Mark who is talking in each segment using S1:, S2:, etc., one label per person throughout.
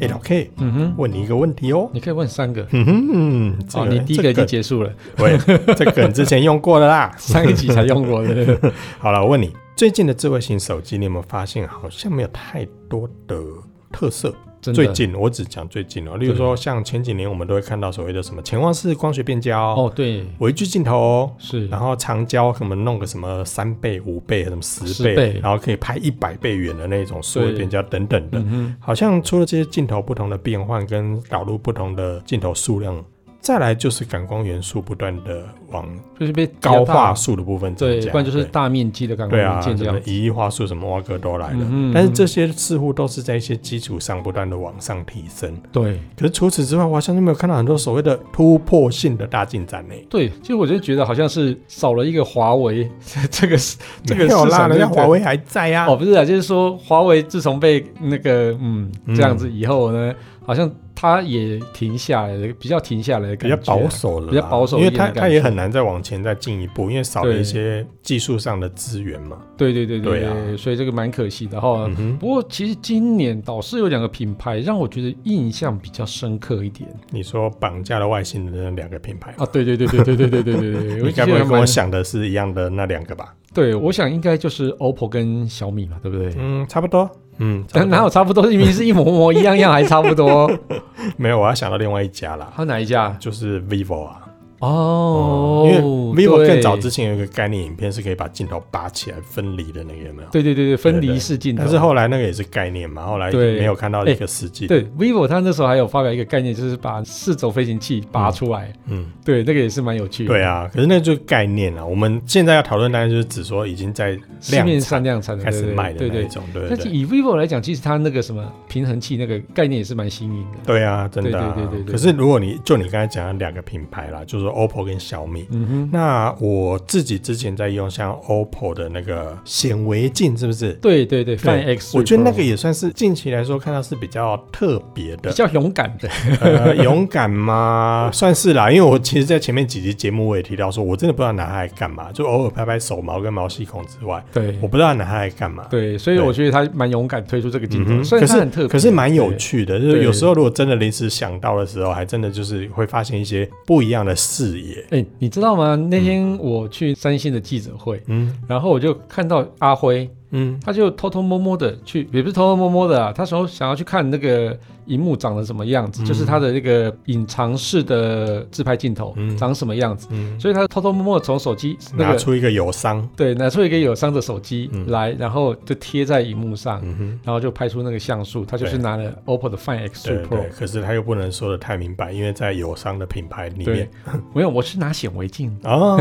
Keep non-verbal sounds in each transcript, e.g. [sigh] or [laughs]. S1: L K，
S2: 嗯哼，
S1: 问你一个问题哦。
S2: 你可以问三个。
S1: 嗯哼，这
S2: 哦，
S1: 个
S2: 你第一个已
S1: 这
S2: 经结束了，
S1: 喂，这梗之前用过的啦。 [laughs]
S2: 上一集才用过的。
S1: 好了，我问你，最近的智慧型手机，你有没有发现好像没有太多的特色？
S2: 真的
S1: 最近我只讲最近哦，例如说像前几年我们都会看到所谓的什么潜望式光学变焦，
S2: 哦，对，
S1: 微距镜头哦，
S2: 是
S1: 然后长焦可能弄个什么三倍、五倍、什么十
S2: 10
S1: 倍，
S2: 倍
S1: 然后可以拍一百倍远的那种数位
S2: 对
S1: 变焦等等的。
S2: 嗯哼，
S1: 好像除了这些镜头不同的变换跟导入不同的镜头数量，再来就是感光元素不断的往
S2: 就是被
S1: 高画
S2: 化，
S1: 素的部分增
S2: 对，
S1: 加，
S2: 不然就是
S1: 对
S2: 大面积的感光
S1: 对啊，
S2: 元件这
S1: 什么
S2: 样子。
S1: 一亿画素什么哇哥都来了。
S2: 嗯哼
S1: 但是这些似乎都是在一些基础上不断的往上提升，
S2: 对
S1: 可是除此之外，我好像就没有看到很多所谓的突破性的大进展呢、
S2: 对，其实我就觉得好像是少了一个华为， [laughs] 这个是这个
S1: 没有
S2: 市
S1: 啦，
S2: 场
S1: 人家
S2: 对不对
S1: 华为还在啊。
S2: 哦，不是啊，就是说华为自从被那个嗯
S1: 嗯
S2: 这样子以后呢，好像它也停下来了，比较停下来的
S1: 比
S2: 感觉
S1: 较
S2: 啊，
S1: 保守了啦，
S2: 比较保守一
S1: 因为
S2: 点的
S1: 它
S2: 感
S1: 它
S2: 觉
S1: 也很难再往前再进一步，因为少了
S2: 对
S1: 一些技术上的资源嘛。
S2: 对对对
S1: 对啊
S2: 所以这个蛮可惜的哦哈。
S1: 嗯哼，
S2: 不过其实今年导师有两个品牌让我觉得印象比较深刻一点
S1: 你说绑架了外星人的那两个品牌
S2: 啊，对对对对对对对对对对，
S1: 你该不
S2: 觉得
S1: 会
S2: 还
S1: 跟我
S2: 蛮
S1: 想的是一样的那两个吧？
S2: 对，我想应该就是 OPPO 跟小米嘛，对不对？
S1: 嗯，差不多。嗯，差
S2: 但
S1: 不
S2: 哪
S1: 多
S2: 有差不多？明明是一模模一样样，还差不多。
S1: 没有，我要想到另外一家啦，
S2: 还有哪一家？
S1: 就是 vivo 啊。
S2: 哦，
S1: 嗯因为 vivo
S2: 对
S1: 更早之前有一个概念影片是可以把镜头拔起来分离的那个，有没有？
S2: 对对对对，分
S1: 对对
S2: 离式镜头。
S1: 但是后来那个也是概念嘛，后来
S2: 对哎
S1: 没有看到一个实际。，
S2: 对 vivo 它那时候还有发表一个概念，就是把四轴飞行器拔出来。
S1: 嗯，
S2: 对，那个也是蛮有趣的。
S1: 对，啊，可是那就是概念啊。我们现在要讨论，当然就是只说已经在
S2: 市
S1: 量
S2: 面
S1: 产
S2: 上量产的
S1: 开始卖的
S2: 对
S1: 那
S2: 对
S1: 一
S2: 对。
S1: 种，对
S2: 但
S1: 对
S2: 是
S1: 对。
S2: 以 vivo 来讲，其实它那个什么平衡器那个概念也是蛮新颖的。
S1: 对啊，真的、啊。
S2: 对对对对对
S1: 可是如果你就你刚才讲的两个品牌啦，就是 OPPO 跟小米，
S2: 嗯哼，
S1: 那我自己之前在用像 OPPO 的那个显微镜，是不是？
S2: 对对对，Find
S1: 对
S2: X，
S1: 我觉得那个
S2: Pro
S1: 也算是近期来说看到是比较特别
S2: 比
S1: 的，
S2: 较勇敢的。 [laughs]
S1: 呃，勇敢吗？算是啦，因为我其实，在前面几集节目我也提到说，我真的不知道拿它来干嘛，就偶尔拍拍手毛跟毛细孔之外，
S2: 对
S1: 我不知道拿它来干嘛。
S2: 对，所以
S1: 对
S2: 我觉得它蛮勇敢推出这个镜
S1: 嗯
S2: 头，
S1: 哼
S2: 虽然它很特别，
S1: 可是蛮有
S2: 对
S1: 趣的，就是
S2: 对
S1: 有时候如果真的临时想到的时候，还真的就是会发现一些不一样的视野。
S2: 哎、你知道吗？那天我去三星的记者会，
S1: 嗯
S2: 然后我就看到阿辉，
S1: 嗯
S2: 他就偷偷摸摸的去，也不是偷偷摸摸的啊，他说想要去看那个荧幕长得什么样子，
S1: 嗯
S2: 就是他的那个隐藏式的自拍镜头、
S1: 嗯
S2: 长什么样子，
S1: 嗯，
S2: 所以他偷偷摸摸地从手机那
S1: 拿
S2: 个
S1: 出一个友商。
S2: 对拿出一个友商的手机
S1: 嗯
S2: 来，然后就贴在荧幕上。
S1: 嗯哼。
S2: 然后就拍出那个像素，他就是
S1: 对
S2: 拿了 OPPO 的 Find X2
S1: 对
S2: Pro，
S1: 对，可是他又不能说的太明白，因为在友商的品牌里面
S2: 对，没有，我是拿显
S1: [laughs]
S2: 微镜，
S1: 哦，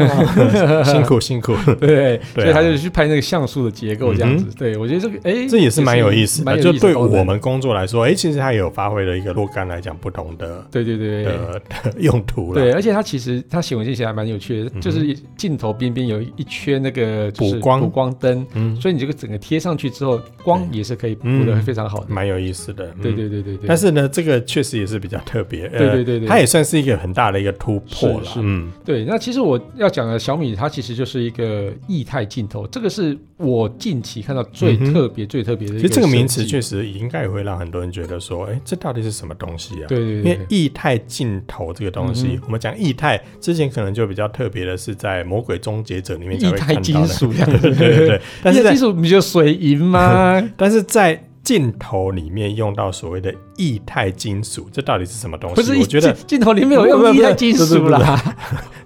S1: 辛苦辛
S2: [laughs]
S1: 苦，
S2: 对，所
S1: 对
S2: 以
S1: 啊
S2: 他就去拍那个像素的结构这样子。对我觉得这个，哎，
S1: 这也是蛮有意思
S2: 蛮
S1: 的。
S2: 有
S1: 就
S2: 意思
S1: 对
S2: 功能
S1: 我，们工作来说，哎，其实它也有发挥了一个若干来讲不同的
S2: 对对对对
S1: 的 [laughs] 用途
S2: 对，
S1: 了。
S2: 而且它其实它显微镜其实还蛮有趣的，
S1: 嗯哼
S2: 就是镜头边边有一圈那个就是
S1: 补光
S2: 补光灯，
S1: 嗯，
S2: 所以你这个整个贴上去之后，光也是可以补的
S1: 嗯
S2: 非常好的。
S1: 蛮有意思的。嗯
S2: 对对对对对，
S1: 但是呢，这个确实也是比较特别。呃
S2: 对对对对
S1: 它也算是一个很大的一个突破了
S2: 是。是
S1: 嗯，
S2: 对，那其实我要讲的小米它其实就是一个液态镜头，这个是我近期看到最
S1: 嗯哼
S2: 特别最特别的一
S1: 其
S2: 个
S1: 实
S2: 设计。
S1: 这个名词确实应该也会让很多人觉得说，哎，这到底是什么东西啊？
S2: 对对
S1: 因
S2: 对
S1: 为
S2: 对
S1: 液态镜头这个东西，
S2: 嗯
S1: 我们讲液态之前可能就比较特别的是在《魔鬼终结者》里面才
S2: 液
S1: 会看
S2: 态
S1: 到
S2: 金
S1: 的，
S2: 属这样子，
S1: [laughs] 对对
S2: [laughs]
S1: 对。但是
S2: 液态
S1: 在
S2: 金属不就水银吗？
S1: 但是在镜头里面用到所谓的液态金属，这到底是什么东西？
S2: 不是，
S1: 我觉得
S2: 镜镜头里面有
S1: 不
S2: 用
S1: 不
S2: 液
S1: 不
S2: 态金属啦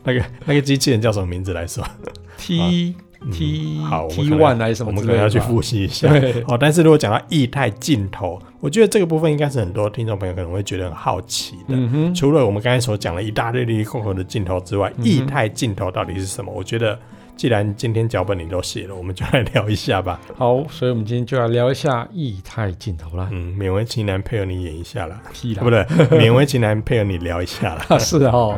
S1: 那个那个机器人叫什么名字来说？
S2: ，T
S1: 嗯
S2: T
S1: 好我们
S2: T
S1: 可能
S2: one 还是什
S1: 我
S2: 么
S1: 们
S2: 之
S1: 可能
S2: 类的吧，
S1: 要去复习一下。
S2: 对
S1: 哦，但是如果讲到液态镜头，我觉得这个部分应该是很多听众朋友可能会觉得很好奇的。
S2: 嗯哼，
S1: 除了我们刚才所讲的一大堆利益共和的镜头之外，
S2: 嗯哼
S1: 液态镜头到底是什么？我觉得，既然今天脚本你都写了，我们就来聊一下吧。
S2: 好，所以我们今天就来聊一下液态镜头啦，
S1: 嗯，勉为其难配合你演一下啦，
S2: 屁
S1: 对 [laughs]
S2: 啦
S1: 不，对？勉为其难配合你聊一下
S2: [laughs]
S1: 啦。
S2: 啊是哦，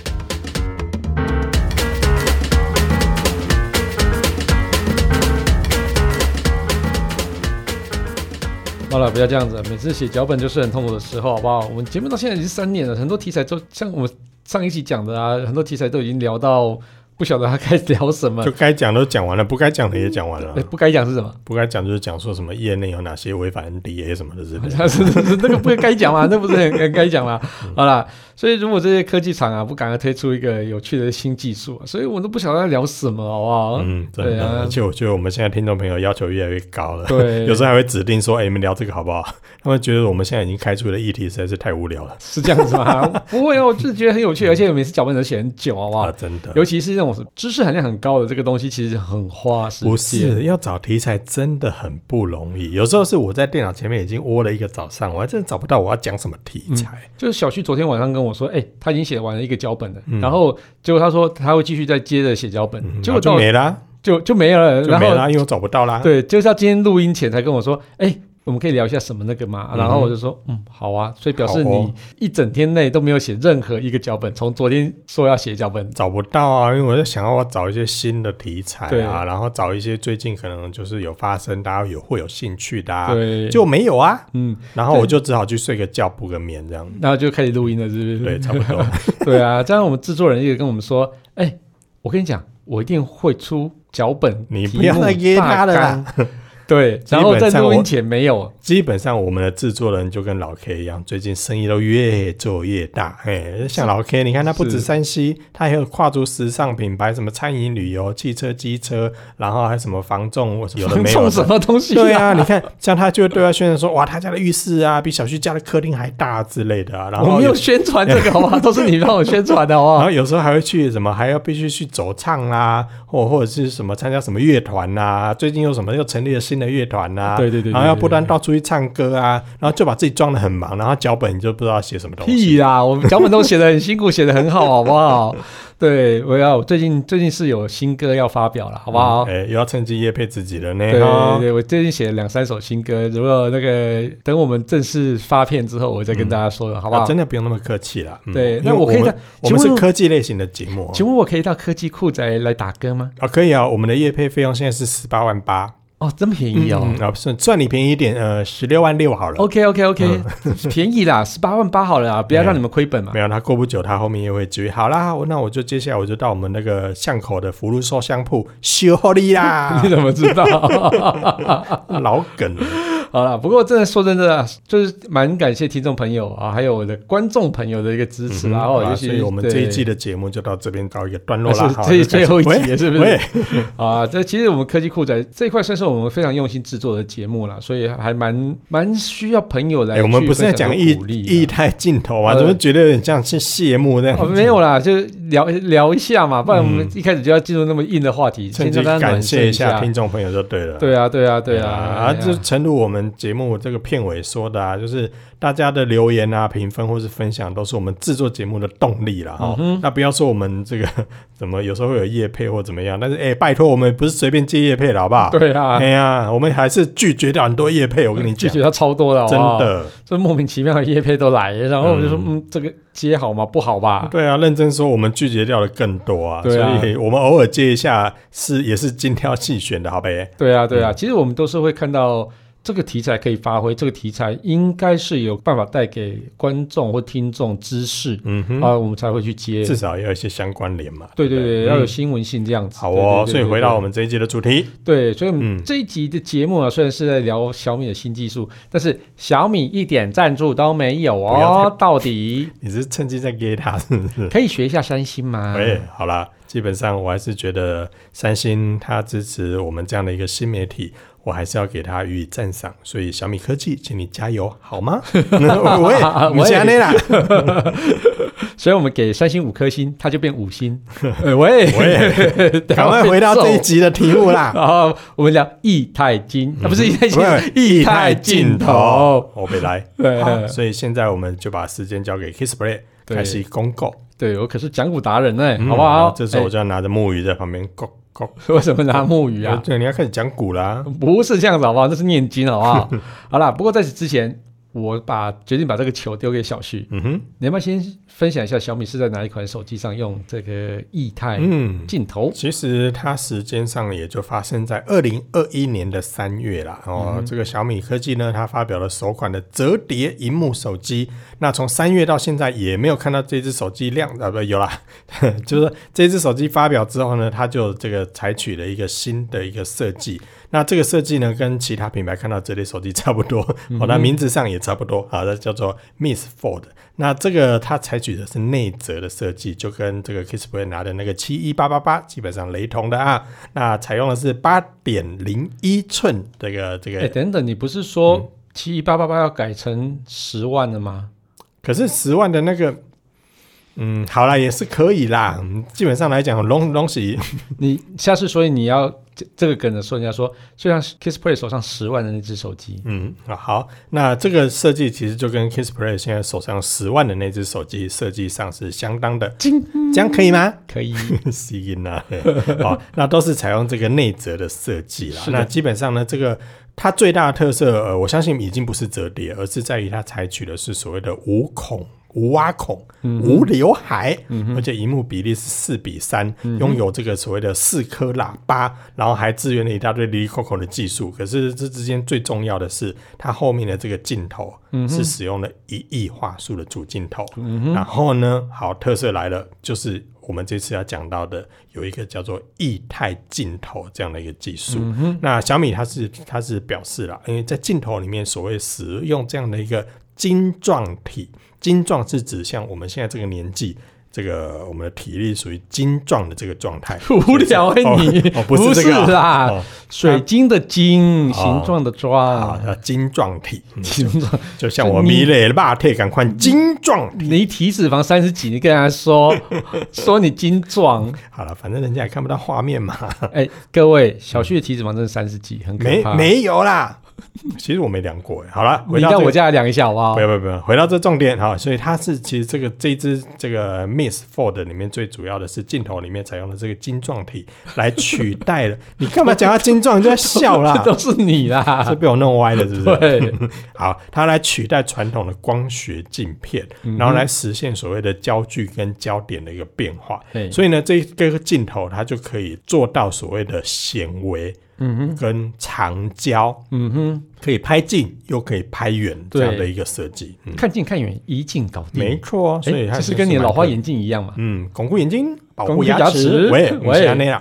S2: 好了，不要这样子，每次写脚本就是很痛苦的时候，好不好？我们节目到现在已经三年了，很多题材都像我们上一期讲的啊，很多题材都已经聊到不晓得他该聊什 [laughs] 么
S1: 就，该讲都讲完了，不该讲的也讲完了
S2: 哎，，不该讲是什么？
S1: 不该讲就是讲说什么业内有哪些违反 NDA 什么的之类的。
S2: 是是是，那个不该讲嘛，那不是很很该讲嘛？好啦，所以如果这些科技厂啊不赶快推出一个有趣的新技术，啊所以我都不晓得要聊什么，好不好？
S1: 嗯，真
S2: 对
S1: 的，
S2: 啊
S1: 而且我觉得我们现在听众朋友要求越来越高了。
S2: 对，
S1: 有时候还会指定说：“哎、你们聊这个好 [laughs] 不好？”他们觉得我们现在已经开出的议题实在是太无聊了
S2: 是这样子吗？不会啊，我就是觉得很有趣，而且每次脚本都写很久，好不好？
S1: 啊！真的，
S2: 尤其是那种知识含量很高的这个东西，其实很花时
S1: 不
S2: 间。
S1: 是要找题材真的很不容易。有时候是我在电脑前面已经窝了一个早上，我还真的找不到我要讲什么题材。
S2: 就是小旭昨天晚上跟我说，哎、他已经写完了一个脚本了，然后结果他说他会继续再接着写脚本，
S1: 嗯
S2: 结
S1: 然后
S2: 果
S1: 就
S2: 到
S1: 没啦，
S2: 就就没了，
S1: 就
S2: 然
S1: 没
S2: 后
S1: 啦，因为我找不到啦。
S2: 对，就是他今天录音前才跟我说，哎、我们可以聊一下什么那个吗？
S1: 嗯
S2: 然后我就说，嗯，好啊。所以表示
S1: 好哦
S2: 你一整天内都没有写任何一个脚本，从昨天说要写脚本，
S1: 找不到啊，因为我在想要我找一些新的题材
S2: 对
S1: 啊，然后找一些最近可能就是有发生，大家有会有兴趣的、啊，
S2: 对，
S1: 就没有啊。
S2: 嗯，
S1: 然后我就只好去睡个觉，补个眠，这样。
S2: 然后就开始录音了，是不是？
S1: 对，差不
S2: [laughs]
S1: 多。
S2: 对啊，这样我们制作人也跟我们说，哎、我跟你讲，我一定会出脚本，
S1: 你不要再
S2: 给
S1: 噎他了啦。
S2: [laughs] 对，
S1: 基
S2: 然后在
S1: 本上
S2: 录音
S1: 我
S2: 前没有，
S1: 基本上我们的制作人就跟老 K 一样，最近生意都越做越大。哎，像老 K，你看他不止
S2: 是
S1: 山西，他还有跨足时尚品牌，什么餐饮、旅游、汽车、机车，然后还有什么防重，有的没有
S2: 送
S1: 的。
S2: 什么东 [laughs] 西、
S1: 对啊，你看，像他就会对外宣传说，哇，他家的浴室啊，比小旭家的客厅还大之类的啊。然
S2: 我
S1: 后
S2: 没有
S1: 有，
S2: 宣传这个，好
S1: [laughs]
S2: 不好？都是你帮我宣传的，好不
S1: 然
S2: 好？
S1: 后有时候还会去什么，还要必须去走唱啦、或或者是什么参加什么乐团呐。最近又什么又成立了新的乐团呐、
S2: 对对对对
S1: 然后要不断
S2: 对
S1: 到处去唱歌啊，然后就把自己装的很忙，然后脚本就不知道写什么东西。
S2: 屁啦！我脚本都写的很辛苦，写的很好，好
S1: [laughs]
S2: 不好？对，我要我最近最近是有新歌要发表了，好不好？
S1: 哎、又要趁机夜配自己了呢。
S2: 对对
S1: 哦
S2: 对，我最近写了两三首新歌，如果那个等我们正式发片之后，我再跟大家说了，好不好？
S1: 啊真的不用那么客气啦。嗯
S2: 对
S1: 因为
S2: 那我可以
S1: 们
S2: 在
S1: 我
S2: 请
S1: 们是
S2: 问
S1: 科技类型的节目哦。
S2: 请问我可以到科技酷宅来打歌吗？
S1: 啊，可以啊，我们的夜配费用现在是十八万八。
S2: 哦，真便宜哦。
S1: 嗯啊，算算你便宜一点，呃，十六万六好了。
S2: OK OK OK，、便宜啦，十八万八好了啊，不要让你们亏本嘛
S1: 嗯没。有，他过不久他后面也会追。好啦，哦我那我就接下来我就到我们那个巷口的福禄寿香铺修理啦
S2: [laughs] 你，怎么知道？
S1: 老梗了。
S2: 好了，不过真的说真的啊，就是蛮感谢听众朋友啊，还有我的观众朋友的一个支持
S1: 嗯
S2: 啊哦啦。然
S1: 好
S2: 后
S1: 啦
S2: 尤其
S1: 所以我们这一季的节目就到这边告一个段落啦。
S2: 是
S1: 好
S2: 这最后一集了
S1: 喂
S2: 是不是
S1: 喂
S2: 啊，这其实我们科技酷宅这一块算是我们非常用心制作的节目啦，所以还蛮蛮需要朋友来
S1: 哎，
S2: 去
S1: 我们
S2: 分享
S1: 不
S2: 跟鼓
S1: 是
S2: 励
S1: 在
S2: 啊。
S1: 讲液液态镜头啊，
S2: 呃
S1: 怎么觉得有点像是谢幕这 [laughs]
S2: 哦，
S1: 样？
S2: 没有啦，就聊聊一下嘛，不然我们
S1: 嗯
S2: 一开始就要进入那么硬的话题，
S1: [laughs] 趁
S2: 先
S1: 机
S2: 让大家
S1: 感
S2: 暖
S1: 谢
S2: 身
S1: 一下
S2: 下
S1: 听。众朋友就对了。
S2: 对啊，对啊，对啊，
S1: 啊，
S2: 哎呀
S1: 就诚如我们节目这个片尾说的啊，就是大家的留言啊、评分或是分享，都是我们制作节目的动力了
S2: 嗯
S1: 哈。那不要说我们这个怎么有时候会有业配或怎么样，但是哎、拜托我们不是随便接业配的好不好？
S2: 对啊
S1: 哎，呀，我们还是拒绝掉很多业配，我 [laughs] 跟你
S2: 拒
S1: 讲，
S2: 绝他哦超多了，好不
S1: 真
S2: 好，
S1: 的。
S2: 这莫名其妙的叶配都来，然后我就说，嗯，这个接好吗？不好吧？
S1: 对啊，认真说，我们拒绝掉的更多啊，
S2: 对啊
S1: 所以我们偶尔接一下是也是精挑细选的，好呗。
S2: 对啊，
S1: 嗯
S2: 对啊，其实我们都是会看到这个题材可以发挥，这个题材应该是有办法带给观众或听众知识
S1: 嗯哼，
S2: 啊，我们才会去接。
S1: 至少要有一些相关联嘛。
S2: 对对
S1: 不
S2: 对，
S1: 嗯
S2: 要有新闻性这样子。
S1: 好哦，
S2: 对
S1: 所以回到我。
S2: 对对对对
S1: 们这一季的主题，
S2: 对，所以我
S1: 嗯
S2: 们这一集的节目啊，虽然是在聊小米的新技术，但是小米一点赞助都没有
S1: 不要
S2: 哦。到底
S1: 你是趁机在给他是不是？
S2: 可以学一下三星吗？
S1: 哎、好啦，基本上我还是觉得三星它支持我们这样的一个新媒体，我还是要给它予以赞赏。所以小米科技，请你加油，好
S2: [laughs]
S1: 吗？喂，我加内啦，
S2: 所以我们给三星五颗星，它就变五
S1: [laughs]
S2: 星。呃喂 [laughs] 啊
S1: 喂
S2: 等下
S1: 赶快
S2: 被
S1: 回到
S2: 揍
S1: 这一集的题目
S2: [laughs]
S1: 啦。
S2: 然后我们聊液态金，啊，不是液态金，
S1: 嗯喂
S2: 液态镜头。，
S1: 我没来。
S2: [laughs] 对
S1: 好，所以现在我们就把时间交给 Kissplay
S2: 对
S1: 开始公告，
S2: 对我可是讲古达人呢、
S1: 嗯
S2: 好哎不好？
S1: 这时候我就要拿着木鱼在旁边咕咕。
S2: 哎为什么拿木鱼啊？
S1: 对，你要开始讲古啦。
S2: [laughs] 不是这样子，好不好？这是念经，好不好？好啦，不过在此之前，我把决定把这个球丢给小旭，
S1: 嗯哼，
S2: 你要不要先分享一下小米是在哪一款手机上用这个液态
S1: 嗯，
S2: 镜头？
S1: 其实它时间上也就发生在二零二一年的三月啦。哦，这个小米科技呢，它发表了首款的折叠荧幕手机。那从三月到现在也没有看到这只手机亮，啊，不有啦， [laughs] 就是这只手机发表之后呢，它就这个采取了一个新的一个设计。那这个设计呢，跟其他品牌看到折叠手机差不多，哦，那名字上也差不多啊，那叫做 Miss Fold。那这个它采取的是内折的设计，就跟这个 Kissplay 拿的那个七一八八八基本上雷同的啊。那采用的是八点零一寸这个这个，
S2: 哎，等等，你不是
S1: 嗯
S2: 说七一八八八要改成十万了吗？
S1: 可是十万的那个，嗯，好啦，也是可以啦。嗯基本上来讲，龙龙喜
S2: 你下次所以你要这这个梗的时候，人家说就像 Kissplay 手上十万的那只手机，
S1: 嗯，啊好，那这个设计其实就跟 Kissplay 现在手上十万的那只手机设计上是相当的，这样可以吗？
S2: 可以
S1: [laughs] 吸音啊，嘿好，那都是采用这个内折的设计啦
S2: 是。的
S1: 那基本上呢，这个它最大的特色，呃，我相信已经不是折叠，而是在于它采取的是所谓的无孔。无挖孔、
S2: 嗯
S1: 无刘海，而且荧幕比例是四比三、
S2: 嗯
S1: 拥有这个所谓的四颗喇叭，然后还支援了一大堆 l i c o c o 的技术。可是这之间最重要的是，它后面的这个镜头
S2: 嗯
S1: 是使用了一亿画素的主镜头。然后呢，好特色来了，就是我们这次要讲到的有一个叫做液态镜头这样的一个技术。
S2: 嗯
S1: 那小米它是它是表示了，因为在镜头里面所谓使用这样的一个晶状体，晶状是指像我们现在这个年纪。这个我们的体力属于晶状的这个状态，
S2: [laughs] 无聊哎、
S1: 哦
S2: 你、
S1: 哦不是这个啊
S2: 啦，
S1: 哦
S2: 水晶的晶，形状的
S1: 啊
S2: 状，，
S1: 叫晶状体，嗯
S2: 形状。
S1: 就像我
S2: 就你
S1: 米勒的霸退，赶快晶状
S2: 你体脂肪三十几，你跟他说说你精壮，
S1: 好了，反正人家也看不到画面嘛，
S2: 哎、各位，小旭的体脂肪真的三十几，很可
S1: 没
S2: 怕。
S1: 没有啦。其实我没量过耶，欸好了，回
S2: 你
S1: 到
S2: 到
S1: 这个
S2: 我家来量一下好不好
S1: 不？要不要不要，回到这重点哈，所以它是其实这个这一支这个 Miss Fold 里面最主要的是镜头里面采用了这个晶状体来取代
S2: [laughs]
S1: 了。你干嘛讲它晶状？你就在笑啦
S2: 这，都是你
S1: 这
S2: 啦。
S1: 被我弄歪了是不是？
S2: 啊对，
S1: 好，它来取代传统的光学镜片，
S2: 嗯
S1: 然后来实现所谓的焦距跟焦点的一个变化。
S2: 对
S1: 所以呢，这个镜头它就可以做到所谓的显微
S2: 嗯哼，
S1: 跟长焦，
S2: 嗯哼，
S1: 可以拍近又可以拍远这样
S2: 对
S1: 的一个设计。嗯，
S2: 看近看远，一镜搞定。
S1: 没错啊，所以
S2: 哎
S1: 它
S2: 这是
S1: 就
S2: 跟你的
S1: 蛮
S2: 老花
S1: 特别
S2: 眼镜一样嘛，
S1: 嗯，巩固眼睛，保
S2: 巩
S1: 护
S2: 固牙
S1: 齿
S2: 齿， [laughs]
S1: 喂
S2: 喂
S1: 喂，那样。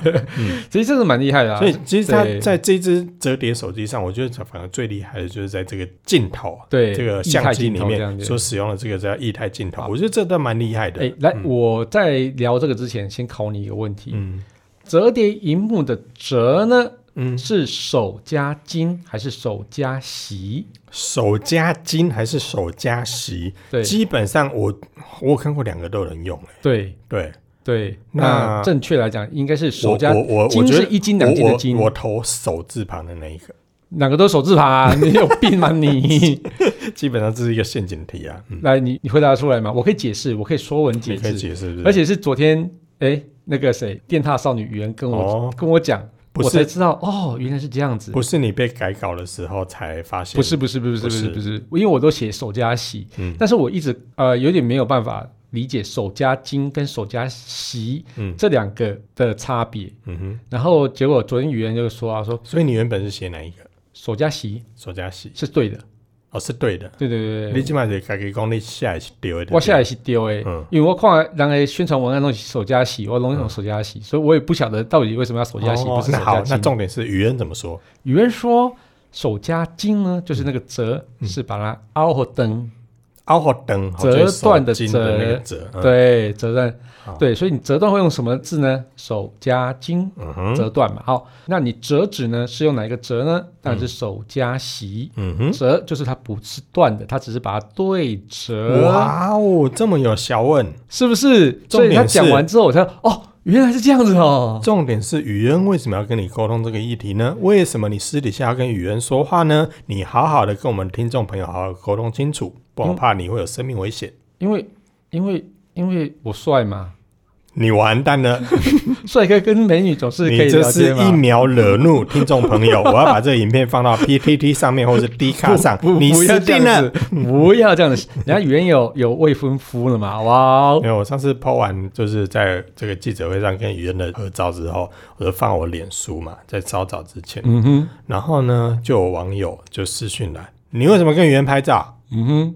S2: 其实这是蛮厉害的、啊。
S1: 所以其实它
S2: 对
S1: 在这只折叠手机上，我觉得反而最厉害的就是在这个镜头，啊
S2: 对
S1: 这个
S2: 液态
S1: 相机
S2: 镜
S1: 里
S2: 头这样
S1: 面
S2: 子
S1: 所使用的这个叫液态镜头，我觉得这都蛮厉害的。
S2: 哎、来，我在聊这个之前，先考你一个问题：
S1: 嗯
S2: 折叠荧幕的折呢，
S1: 嗯，
S2: 是手加金还是手加席？
S1: 手加金还是手加席？
S2: 对
S1: 基本上我我有看过两个都有人用、欸，
S2: 对
S1: 对。
S2: 对，
S1: 那
S2: 那正确来讲应该是手加
S1: 我我我我
S2: 金
S1: 觉
S2: 是
S1: 得
S2: 一斤两斤的斤
S1: 我，我我投手字旁的那一个，
S2: 哪个都是手字旁啊？ [laughs] 你有病吗你？ [laughs]
S1: 基本上这是一个陷阱题啊。嗯，
S2: 来，你你回答出来吗？我可以解释，我可以说文解
S1: 你可以
S2: 释，
S1: 解释是不是？
S2: 而且是昨天哎那个谁电踏少女雨恩跟我、
S1: 哦
S2: 跟我讲，
S1: 不
S2: 我
S1: 是
S2: 才知道哦，原来是这样子。
S1: 不是你被改稿的时候才发现，
S2: 不是不是不是
S1: 不
S2: 不
S1: 是
S2: 是不是，因为我都写手加席，
S1: 嗯
S2: 但是我一直呃有点没有办法理解手加金跟手加席
S1: 嗯
S2: 这两个的差别。
S1: 嗯哼，
S2: 然后结果昨天语言就说啊，说
S1: 所以你原本是写哪一个？
S2: 手加席
S1: 手加洗
S2: 是对的，
S1: 哦，是对的。
S2: 对对对
S1: 你
S2: 对，
S1: 起码得改给讲你下一是对的。
S2: 我下来是丢诶
S1: 嗯，
S2: 因为我看人家宣传文案东西手加席，我拢用手加席，所以我也不晓得到底为什么要手加席，不
S1: 哦，
S2: 是
S1: 那
S2: 手加
S1: 好，那
S2: 金。
S1: 重点是语言怎么说？
S2: 语言说手加金
S1: 嗯
S2: 呢，就是那个折是把它凹和蹬。
S1: 凹哦或等
S2: 折断的
S1: 金的那个折，嗯
S2: 对，折断
S1: 好，
S2: 对，所以你折断会用什么字呢？手加金，
S1: 嗯哼，
S2: 折断嘛。好，那你折纸呢是用哪一个折呢？当然是手加席。
S1: 嗯哼，
S2: 折就是它不是断的，它只是把它对折，
S1: 哇哦，这么有学问。
S2: 是不是？
S1: 重
S2: 所以他
S1: 点是
S2: 讲完之后，我才哦，原来是这样子哦。
S1: 重点是语言为什么要跟你沟通这个议题呢？为什么你私底下要跟语言说话呢？你好好的跟我们听众朋友好好沟通
S2: 嗯
S1: 清楚，不然我怕你会有生命危险。
S2: 因为因为因为我帅嘛，
S1: 你完蛋了，
S2: 帅哥跟美女总是可以
S1: 你这
S2: 聊
S1: 是
S2: 天
S1: 一
S2: 嘛。
S1: 秒惹怒听众朋
S2: [laughs]
S1: 友。我要把这个影片放到 PTT 上面或者 D 卡上
S2: 不，
S1: 你
S2: 不要
S1: 死
S2: 这
S1: 定
S2: 样
S1: 了
S2: 子。，不要这样子。人家原有有未婚夫了嘛，哇、哦
S1: 因为我上次 PO 完，就是在这个记者会上跟雨恩的合照之后，我就放我脸书嘛，在稍早之前，
S2: 嗯哼，
S1: 然后呢，就有网友就私讯来，你为什么跟雨恩拍照？
S2: 嗯哼，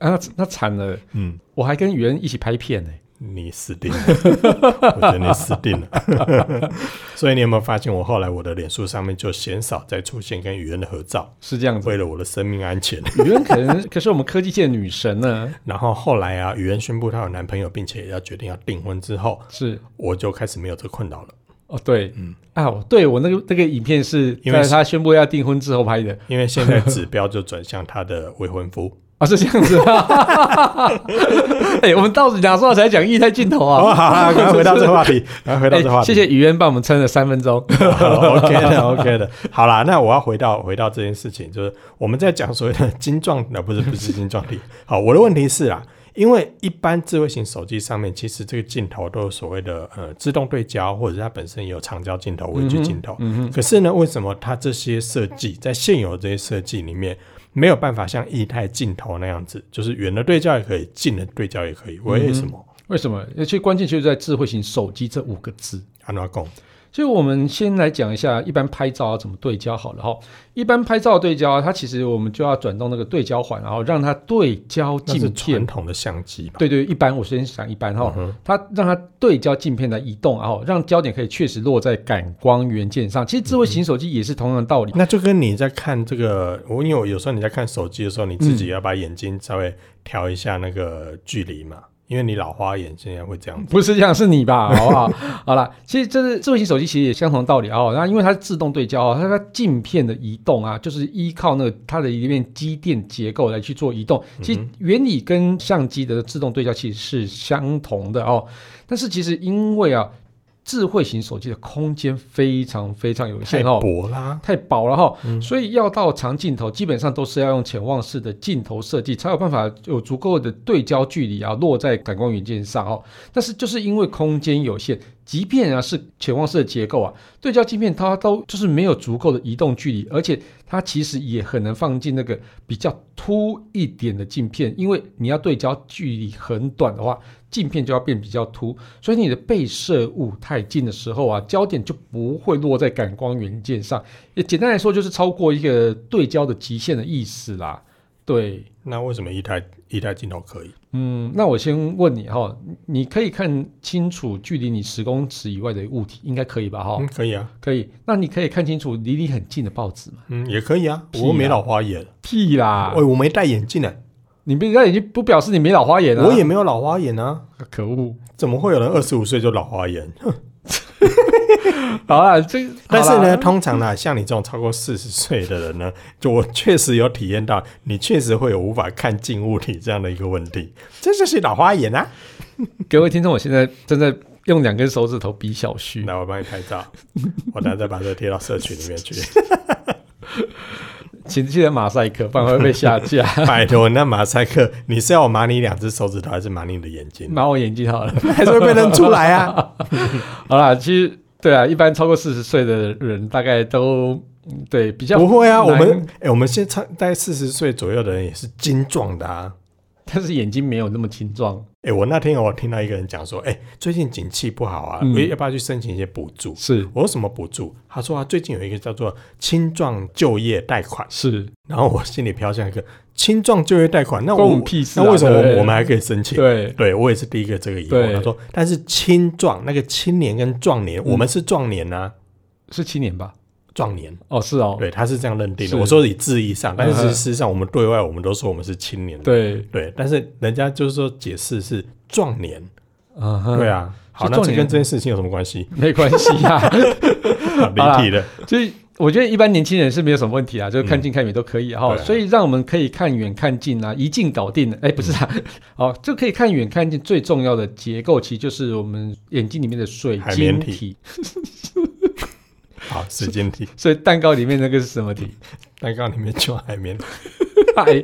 S2: 啊，那那惨了，
S1: 嗯，
S2: 我还跟袁一起拍片呢、
S1: 你死
S2: [laughs]
S1: 定了，我觉得你死定了。 [laughs] 所以你有没有发现，我后来我的脸书上面就鲜少再出现跟雨恩的合照，
S2: 是这样子。
S1: 为了我的生命安全。
S2: 袁可能 [laughs] 可是我们科技界的女神呢，
S1: 然后后来啊，雨恩宣布她有男朋友，并且要决定要订婚之后，
S2: 是
S1: 我就开始没有这困扰了，
S2: 哦，对，嗯啊，我对我那个那个影片是
S1: 因为
S2: 在
S1: 是
S2: 她宣布要订婚之后拍的
S1: 因为现在指标就转向她的未婚
S2: [laughs]
S1: 夫。
S2: 啊，是这样子啊。
S1: [laughs]
S2: 哎、我们到底哪时候才讲液态镜头啊？
S1: 哦，好好，赶快回到这个话题，赶快回到这个话
S2: 哎
S1: 题。
S2: 谢谢雨恩帮我们撑了三分钟。
S1: 好，OK [laughs] 的，OK 的。好啦，那我要回到回到这件事情，就是我们在讲所谓的 [laughs] 晶状，那不是不是晶状体。好，我的问题是啦，因为一般智慧型手机上面，其实这个镜头都有所谓的呃自动对焦，或者是它本身也有长焦镜头、微距镜头。
S2: 嗯
S1: 可是呢，为什么它这些设计在现有的这些设计里面？没有办法像液态镜头那样子，就是远的对焦也可以，近的对焦也可以。
S2: 嗯
S1: 为什么？
S2: 为什么？其实关键就是在智慧型手机这五个字。
S1: 安娜贡，
S2: 所以我们先来讲一下一般拍照要怎么对焦好了哈。一般拍照对焦，它其实我们就要转动那个对焦环，然后让它对焦
S1: 那是
S2: 镜
S1: 传
S2: 片。
S1: 统的相机吧？嗯
S2: 对对，一般我先想一般哈，它让它对焦镜片来移动，然后让焦点可以确实落在感光元件上。其实智慧型手机也是同样的道理。
S1: 那就跟你在看这个，我因为我有时候你在看手机的时候，你自己要把眼睛稍微调一下那个距离嘛，因为你老花眼现在会这样子。
S2: 不是这样，是
S1: [laughs]
S2: 你吧？好不好？好啦，其实这是智慧型手机，其实也相同的道理哦。那因为它是自动对焦哦，它它镜片的移动啊，就是依靠那个它的一面机电结构来去做移动。
S1: 嗯
S2: 其实原理跟相机的自动对焦其实是相同的哦。但是其实因为啊，智慧型手机的空间非常非常有
S1: 太
S2: 限哦，
S1: 薄啦，
S2: [laughs] 太薄了哈，所以要到长镜头，基本上都是要用潜望式的镜头设计，才有办法有足够的对焦距离啊，落在感光元件上哦。但是就是因为空间有限，即便啊是潜望式的结构啊，对焦镜片它都就是没有足够的移动距离，而且它其实也很难放进那个比较凸一点的镜片，因为你要对焦距离很短的话，镜片就要变比较凸，所以你的被摄物太近的时候啊，焦点就不会落在感光元件上。也简单来说，就是超过一个对焦的极限的意思啦。对，
S1: 那为什么一台一台镜头可以？
S2: 嗯，那我先问你哈，你你可以看清楚距离你十公尺以外的物体，应该可以吧？哈、
S1: 嗯，可以啊，
S2: 可以。那你可以看清楚离你很近的报纸吗？
S1: 嗯，也可以啊，
S2: 屁啊
S1: 我又没老花眼，
S2: 屁啦！
S1: 我我没戴眼镜呢，啊
S2: 你不那已经不表示你没老花眼啊！
S1: 我也没有老花眼啊，
S2: 可恶。
S1: 怎么会有人二十五岁就老花眼？
S2: 好啦，这个
S1: 但是
S2: 好
S1: 呢，
S2: 啦
S1: 通常呢，像你这种超过四十岁的人呢，就我确实有体验到，你确实会有无法看近物体这样的一个问题，这就是老花眼啊。
S2: 各位听众，我现在正在用两根手指头比小旭。
S1: 来，我帮你拍照， [laughs] 我等下再把这个贴到社群里面去。 [laughs]
S2: 请记得马赛克，不然会被下架。
S1: [laughs] 拜托，那马赛克，你是要我麻你两只手指头，还是麻你的眼
S2: [laughs]
S1: 睛？
S2: 拿我眼睛好了。
S1: 还是会被认出来啊？
S2: 好啦，其实对啊，一般超过四十岁的人，大概都嗯对比较
S1: [laughs] 不会啊，我们
S2: 难
S1: 哎、我们现在大概四十岁左右的人也是精壮的啊。
S2: 但是眼睛没有那么青壮。
S1: 哎、我那天我听到一个人讲说，哎、最近景气不好啊，
S2: 嗯
S1: 要不要去申请一些补助？
S2: 是
S1: 我说什么补助？他说啊，最近有一个叫做青壮就业贷款，
S2: 是，
S1: 然后我心里飘下一个青壮就业贷款，那
S2: 关我
S1: 我
S2: 们屁事啊
S1: 那为什么
S2: 对不对
S1: 我们还可以申请？
S2: 对
S1: 对我也是第一个这个疑惑。
S2: 对
S1: 他说，但是青壮那个青年跟壮年，
S2: 嗯
S1: 我们是壮年呐，
S2: 是七年吧？
S1: 壮年。
S2: 哦，是哦，
S1: 对，他是这样认定
S2: 是
S1: 的。我说以字义上，但是
S2: 嗯哼
S1: 事实上我们对外我们都说我们是青年。
S2: 对，
S1: 对，但是人家就是说解释是壮年。
S2: 嗯哼，
S1: 对啊，好，
S2: 是
S1: 那
S2: 壮
S1: 这
S2: 年
S1: 跟这件事情有什么关系？
S2: [laughs]
S1: [laughs]
S2: 没关系啊。 [laughs]
S1: 好
S2: 啦
S1: 离题了。
S2: 就是我觉得一般年轻人是没有什么问题啊，就是看近看远都可以啊哈、
S1: 对啊
S2: 所以让我们可以看远看近啊，一镜搞定的。哎，不是啊，
S1: 嗯
S2: [laughs] 哦，就可以看远看近。最重要的结构其实就是我们眼睛里面的水
S1: 海
S2: 晶
S1: 绵
S2: 体，
S1: 体好，时间题，
S2: 所以蛋糕里面那个是什么体？
S1: 蛋糕里面就海绵。
S2: 海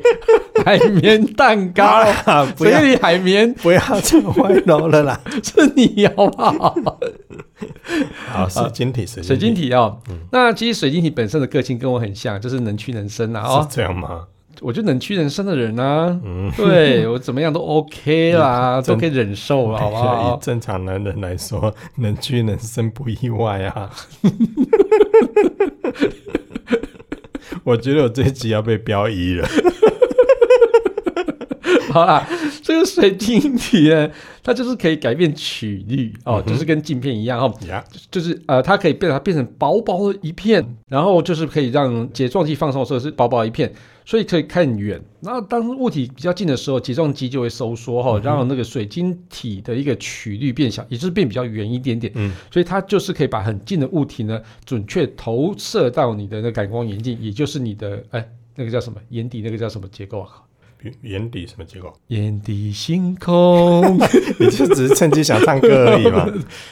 S2: 海绵蛋
S1: 好
S2: 糕，
S1: 啦， [laughs] 啊不要
S2: 水里海绵
S1: 不要再歪楼了啦。
S2: 是你好不好？
S1: 好，水晶体，
S2: [laughs]
S1: 水
S2: 水晶
S1: 体嗯
S2: 体哦，那其实水晶体本身的个性跟我很像，就是能屈能伸啊。哦
S1: 是，这样吗？
S2: 我就能屈能伸的人啊，
S1: 嗯，
S2: 对我怎么样都 OK
S1: [laughs]
S2: 啦，
S1: 真
S2: 都可以忍受了，好
S1: [laughs]
S2: 不
S1: 以
S2: 好？
S1: 正常男人来说， [laughs] 能屈能伸不意外啊。 [laughs] 我觉得我这一集要被标一了。 [laughs]
S2: 好啦，这个水晶体呢，它就是可以改变曲率
S1: 嗯
S2: 哦，就是跟镜片一样哦，
S1: 呀，
S2: 就是呃，它可以变它变成薄薄的一片，然后就是可以让睫状肌放松的时候是薄薄一片，所以可以看远。那当物体比较近的时候，睫状肌就会收缩哈、让那个水晶体的一个曲率变小，也就是变比较圆一点点。
S1: 嗯，
S2: 所以它就是可以把很近的物体呢，准确投射到你的那感光眼镜，也就是你的哎那个叫什么眼底那个叫什么结构啊？
S1: 眼底什么结构？
S2: 眼底星 [laughs] 空，
S1: 你就只是趁机想唱歌而已
S2: [laughs]。
S1: 嘛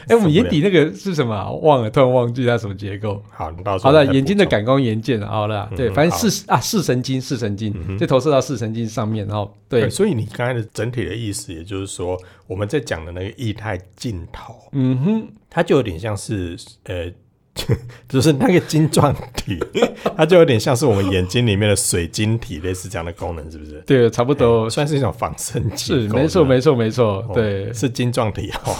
S2: 哎、我们眼底那个是什么、啊？忘了，突然忘记它什么结构。
S1: 好，你到时候
S2: 好了，
S1: 再补
S2: 眼睛的
S1: 充
S2: 感光元件，好了，对，
S1: 嗯
S2: 反正视啊视神经，视神经就投射到视神经上面，然后对，
S1: 所以你刚才的整体的意思，也就是说，我们在讲的那个液态镜头，
S2: 嗯哼，
S1: 它就有点像是呃， [laughs] 就是那个晶状体，它就有点像是我们眼睛里面的水晶体，类似这样的功能，是不是？
S2: 对，差不多
S1: 算是一种仿生
S2: 是
S1: 结构，
S2: 没错，
S1: 对
S2: 没错，没错
S1: 不，
S2: 对
S1: 哦、是晶状体哦。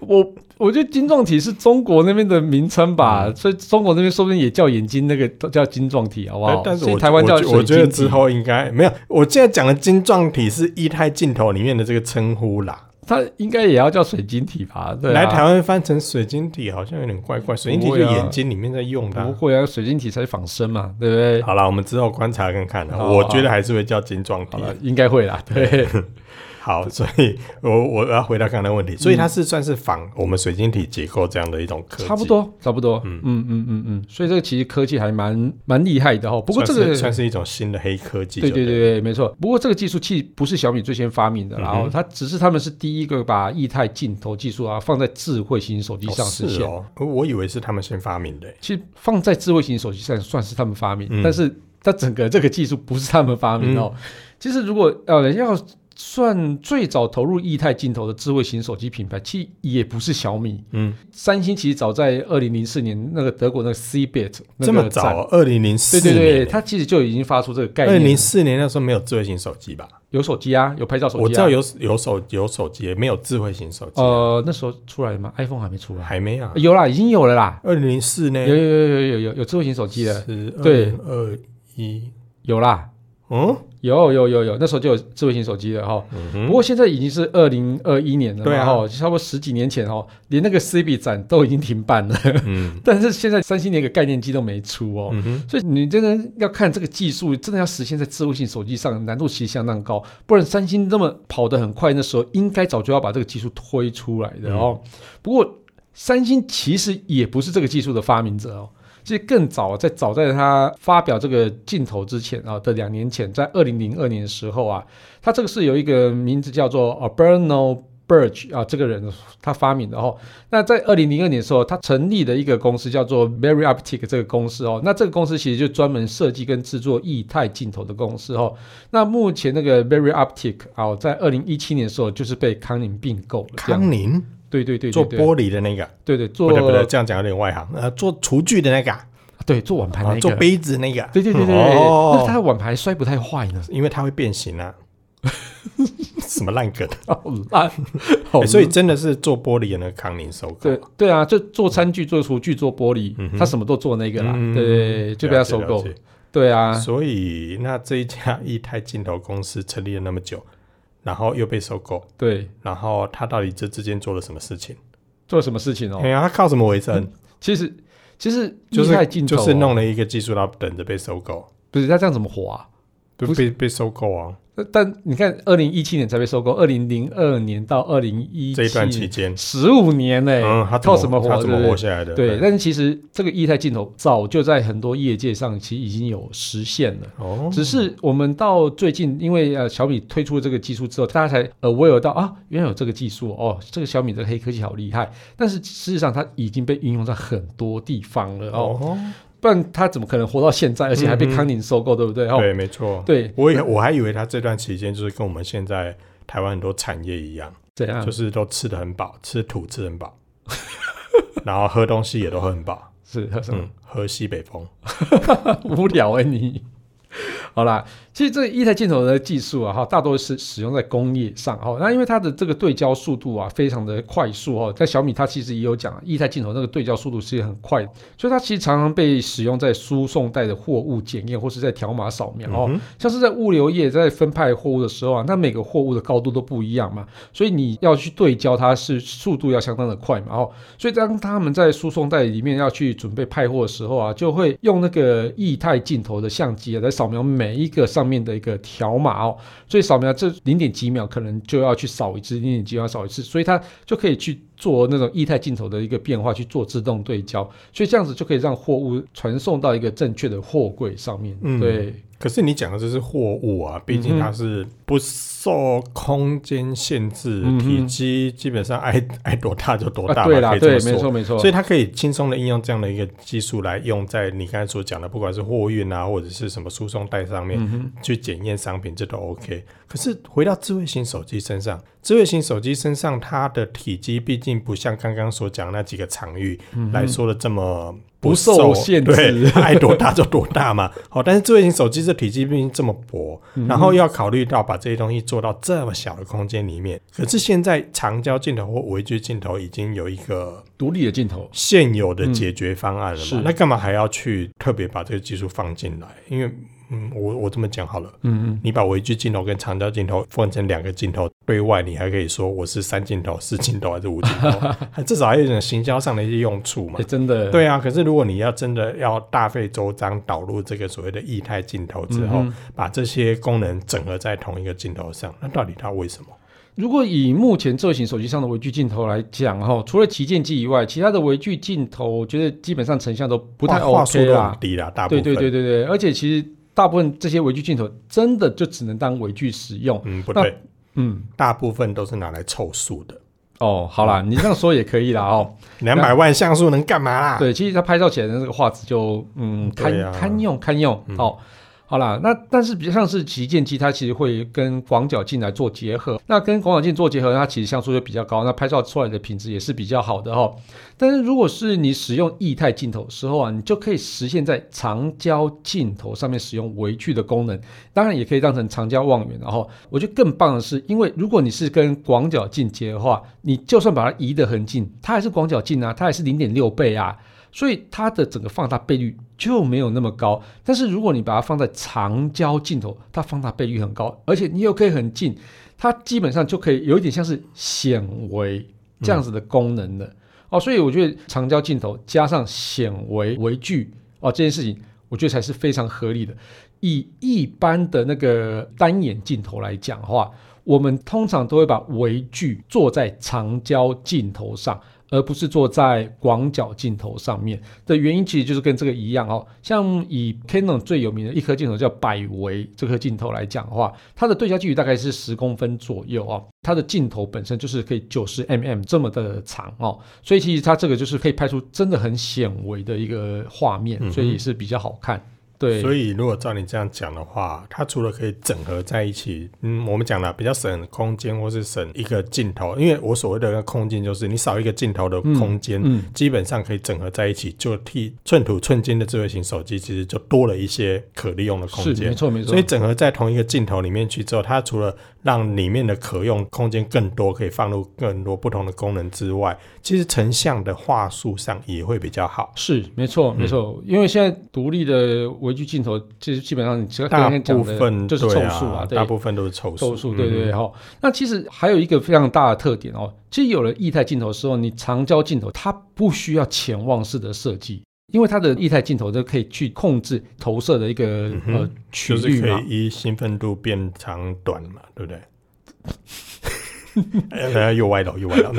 S2: 我我觉得晶状体是中国那边的名称
S1: 嗯
S2: 吧，所以中国那边说不定也叫眼睛那个都叫晶状体，好不好
S1: 哎？但是
S2: 所以
S1: 我
S2: 哦台湾叫
S1: 我觉我觉
S2: 水
S1: 得
S2: 晶体
S1: 之后应该没有，我现在讲的晶状体是液态镜头里面的这个称呼啦，
S2: 它应该也要叫水晶体吧？对啊，
S1: 来台湾翻成水晶体好像有点怪怪，水晶体
S2: 不
S1: 就
S2: 会啊
S1: 眼睛里面在用的啊、
S2: 不会啊，水晶体才仿生嘛，对不对？
S1: 好了，我们之后观察看看啊、
S2: 好
S1: 我觉得还是会叫晶状
S2: 好
S1: 体。
S2: 了，应该会啦，对，
S1: 好，所以我 [laughs] 我要回答刚才的问题，所以它是算是仿我们水晶体结构这样的一种科技，
S2: 嗯差不多，差不多，嗯嗯嗯嗯嗯，所以这个其实科技还蛮蛮厉害的哦。不过这
S1: 算是
S2: 个
S1: 算是一种新的黑科技就
S2: 对对
S1: 对
S2: 对对，没错。不过这个技术器不是小米最先发明的啦，然
S1: 嗯
S2: 后、它只是他们是第一个把液态镜头技术啊放在智慧型手机
S1: 哦
S2: 上实
S1: 是
S2: 现。
S1: 哦，我以为是他们先发明的欸。
S2: 其实放在智慧型手机上算是他们发明，
S1: 嗯
S2: 但是它整个这个技术不是他们发明哦。其实如果呃要算最早投入液态镜头的智慧型手机品牌，其实也不是小米，
S1: 嗯，
S2: 三星其实早在二零零四年那个德国那个 CBIT E 那
S1: 这么
S2: 个展
S1: 早、哦，二零零四
S2: 对
S1: 年
S2: 对
S1: 欸，
S2: 对，它其实就已经发出这个概
S1: 二零
S2: 念
S1: 零
S2: 了，
S1: 四年那时候没有智慧型手机吧？
S2: 有手机啊，有拍照手机、啊，
S1: 我知道有有手有手机，没有智慧型手机，啊
S2: 呃，那时候出来了吗？iPhone 还没出来，
S1: 还没啊。
S2: 有啦，已经有了啦，
S1: 二零零四呢
S2: 哎有有？有有有有有智慧型手机了，
S1: 是
S2: 对
S1: 二一，
S2: 有啦， [laughs]
S1: 嗯
S2: 有有有有，那时候就有智慧型手机了哈。
S1: 嗯
S2: 不
S1: 哼，
S2: 过现在已经是二零二一年了
S1: 对
S2: 嘛，
S1: 啊
S2: 哈、就差不多十几年前哦，连那个 CB 展都已经停办了， [laughs]
S1: 嗯
S2: 但是现在三星连个概念机都没出哦。
S1: 嗯哼，
S2: 所以你真的要看这个技术，真的要实现在智慧型手机上，难度其实相当高。不然三星这么跑得很快，那时候应该早就要把这个技术推出来的哦。不过三星其实也不是这个技术的发明者哦。其实更早，啊在早在他发表这个镜头之前啊的两年前，在二零零二年的时候啊，他这个是有一个名字叫做 Alberno Birch 啊，这个人他发明的哦。那在二零零二年的时候，他成立的一个公司叫做 Very Optic 这个公司哦。那这个公司其实就专门设计跟制作液态镜头的公司哦。那目前那个 Very Optic 啊，在二零一七年的时候就是被康宁并购了。这样
S1: 康宁
S2: 对对对对
S1: 做
S2: 对
S1: 玻璃的那个，
S2: 对对
S1: 不
S2: 做
S1: 对不对，这样讲有点外行。呃，做厨具的那个啊，
S2: 对做碗盘那
S1: 啊
S2: 个
S1: 做杯子那个啊，
S2: 对对对对对，
S1: 哦
S2: 那他的碗盘摔不太坏
S1: [laughs]
S2: 呢，
S1: 因为它会变形
S2: [laughs]
S1: 啊。什么烂梗、
S2: 好烂，
S1: 欸
S2: 好烂
S1: 所 [laughs] 以真的是做玻璃的那个康宁收购
S2: 哦对，哎对啊，就做餐具、做厨具、做玻璃，
S1: 嗯哼
S2: 他什么都做那个啦，
S1: 嗯
S2: 对，就被他收
S1: 了
S2: 购
S1: 解。了
S2: 对啊
S1: 解，所以那这一家液态镜头公司成立了那么久，然后又被收购，
S2: 对，
S1: 然后他到底这之间做了什么事情？
S2: 做什么事情哦
S1: 哎？呀、他靠什么为生？
S2: 其实其实
S1: 就
S2: 液态
S1: 是
S2: 镜头哦
S1: 就是弄了一个技术，然后等着被收购，
S2: 不是他这样怎么活啊？
S1: 就
S2: 不
S1: 被被收购啊！
S2: 但但你看，二零一七年才被收购，二零零二年到二零一
S1: 这一段期
S2: 七
S1: 间，
S2: 十五年嘞、
S1: 嗯，他怎
S2: 靠什么活？
S1: 他怎么
S2: 对不对
S1: 活下来的？
S2: 对，，但是其实这个液态镜头早就在很多业界上其实已经有实现了。
S1: 哦，
S2: 只是我们到最近，因为呃小米推出这个技术之后，大家才呃 aware 到啊，原来有这个技术哦，这个小米的黑科技好厉害。但是事实上，它已经被应用在很多地方了哦。
S1: 哦，
S2: 不然他怎么可能活到现在，而且还被
S1: 嗯哼
S2: 康宁收购，对不对？哦，
S1: 对，没错。
S2: 对，
S1: 我也我还以为他这段期间就是跟我们现在台湾很多产业一样，
S2: 怎样
S1: 就？是都吃的很饱，吃土吃得很饱，然后喝东西也都喝很饱，
S2: 是喝什么？
S1: 嗯，喝西北风。
S2: 无聊哎、你。 [laughs] 好啦，其实这个液态镜头的技术啊，哈，大多是使用在工业上哈。那因为它的这个对焦速度啊，非常的快速哦。在小米它其实也有讲，液态镜头那个对焦速度是很快的，所以它其实常常被使用在输送带的货物检验或是在条码扫描哦。
S1: 嗯哼
S2: 像是在物流业在分派货物的时候啊，那每个货物的高度都不一样嘛，所以你要去对焦，它是速度要相当的快嘛，哦，所以当他们在输送带里面要去准备派货的时候啊，就会用那个液态镜头的相机啊，来扫描每一个上面的一个条码哦，所以扫描这零点几秒可能就要去扫一次，零点几秒扫一次，所以它就可以去做那种液态镜头的一个变化，去做自动对焦，所以这样子就可以让货物传送到一个正确的货柜上面，
S1: 嗯
S2: 对。
S1: 可是你讲的这是货物啊，毕竟它是不受空间限制，
S2: 嗯哼
S1: 体积基本上爱爱多大就多大、吧，
S2: 啊，对啦，
S1: 可以这
S2: 对
S1: 么，说
S2: 没错没错，
S1: 所以它可以轻松的应用这样的一个技术来用在你刚才所讲的，不管是货运啊，或者是什么输送带上
S2: 嗯
S1: 面、去检验商品，这都 OK。可是回到智慧型手机身上，智慧型手机身上它的体积毕竟不像刚刚所讲那几个场域、来说的这么。
S2: 嗯不受限制
S1: 对， [laughs] 爱多大就多大嘛。好、但是智慧型手机这体积毕竟这么薄，
S2: 嗯
S1: 然后又要考虑到把这些东西做到这么小的空间里面。可是现在长焦镜头或微距镜头已经有一个
S2: 独立的镜头，
S1: 现有的解决方案了嘛？
S2: 嗯是
S1: 那干嘛还要去特别把这个技术放进来？因为，嗯，我我这么讲好了，
S2: 嗯嗯，
S1: 你把微距镜头跟长焦镜头放成两个镜头对外，你还可以说我是三镜头、四镜头还是五镜头，
S2: [laughs]
S1: 还至少还有一种行销上的一些用处嘛
S2: 诶。真的，
S1: 对啊，可是如果你要真的要大费周章导入这个所谓的液态镜头之
S2: 嗯
S1: 后，把这些功能整合在同一个镜头上，那到底它为什么？
S2: 如果以目前这型手机上的微距镜头来讲，哈，除了旗舰机以外，其他的微距镜头，我觉得基本上成像都不太
S1: 话话术
S2: OK
S1: 都很
S2: 啦。
S1: 低啦，大部
S2: 对
S1: 分
S2: 对对对对，而且其实大部分这些微距镜头真的就只能当微距使用。
S1: 嗯，不
S2: 那
S1: 对，
S2: 嗯，
S1: 大部分都是拿来凑数的。
S2: 哦，好啦，你这样说也可以啦，哦。
S1: 两百万像素能干嘛啦？
S2: 对，其实它拍照起来的那个画质就嗯堪
S1: 对啊
S2: 堪用堪用、哦。好啦，那但是比较像是旗舰机，它其实会跟广角镜来做结合。那跟广角镜做结合，它其实像素就比较高，那拍照出来的品质也是比较好的哈、哦。但是如果是你使用液态镜头的时候啊，你就可以实现在长焦镜头上面使用微距的功能，当然也可以当成长焦望远。然后我觉得更棒的是，因为如果你是跟广角镜结合的话，你就算把它移得很近，它还是广角镜啊，它还是零点六倍啊。所以它的整个放大倍率就没有那么高。但是如果你把它放在长焦镜头，它放大倍率很高，而且你又可以很近，它基本上就可以有一点像是显微这样子的功能了。哦，所以我觉得长焦镜头加上显微微距哦这件事情，我觉得才是非常合理的。以一般的那个单眼镜头来讲的话，我们通常都会把微距做在长焦镜头上，而不是做在广角镜头上面的原因，其实就是跟这个一样哦。像以 Canon 最有名的一颗镜头叫百维这颗镜头来讲的话，它的对焦距离大概是十公分左右哦，它的镜头本身就是可以九十 mm 这么的长哦，所以其实它这个就是可以拍出真的很显微的一个画面，
S1: 嗯哼
S2: 所以也是比较好看。对，
S1: 所以如果照你这样讲的话，它除了可以整合在一起，嗯，我们讲了比较省空间，或是省一个镜头，因为我所谓的那个空间就是你少一个镜头的空间，
S2: 嗯
S1: 基本上可以整合在一起，就替寸土寸金的智慧型手机其实就多了一些可利用的空
S2: 是没
S1: 间。
S2: 错没错，
S1: 所以整合在同一个镜头里面去之后，它除了让里面的可用空间更多，可以放入更多不同的功能之外，其实成像的话术上也会比较好。
S2: 是没错
S1: 嗯
S2: 没错，因为现在独立的微距镜头，其实基本啊上你只要
S1: 大
S2: 刚刚
S1: 部
S2: 讲的
S1: 分
S2: 就是凑
S1: 对
S2: 数啊，对
S1: 大，部分都是凑数，
S2: 凑数，对
S1: 嗯
S2: 对对哈、那其实还有一个非常大的特点哦，其实有了液态镜头的时候，你长焦镜头它不需要潜望式的设计。因为它的液态镜头就可以去控制投射的一个、
S1: 嗯哼
S2: 呃区
S1: 就是
S2: 域
S1: 可
S2: 嘛
S1: 以，依兴奋度变长短嘛，对不对？哎等下又歪了，又
S2: [laughs]
S1: 歪了。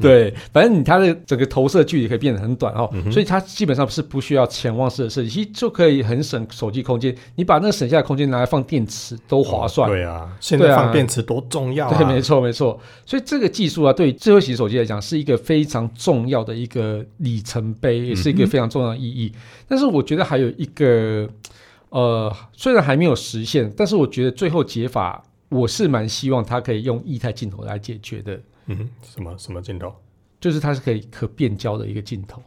S2: 对，反正你它的整个投射距离可以变得很短哦，所以它基本上是不需要潜望式的设计，其实就可以很省手机空间。你把那个省下的空间拿来放电池都划算。
S1: 对啊，现
S2: 对
S1: 在
S2: 啊
S1: 放电池多重要啊！
S2: 对， [laughs] 没错没错。所以这个技术啊，对于智慧型手机来讲，是一个非常重要的一个里程碑，也是一个非常重要的意义。但是我觉得还有一个，呃，虽然还没有实现，但是我觉得最后解法，我是蛮希望它可以用液态镜头来解决的，
S1: 嗯哼，什么什么镜头？
S2: 就是它是可以可变焦的一个镜头，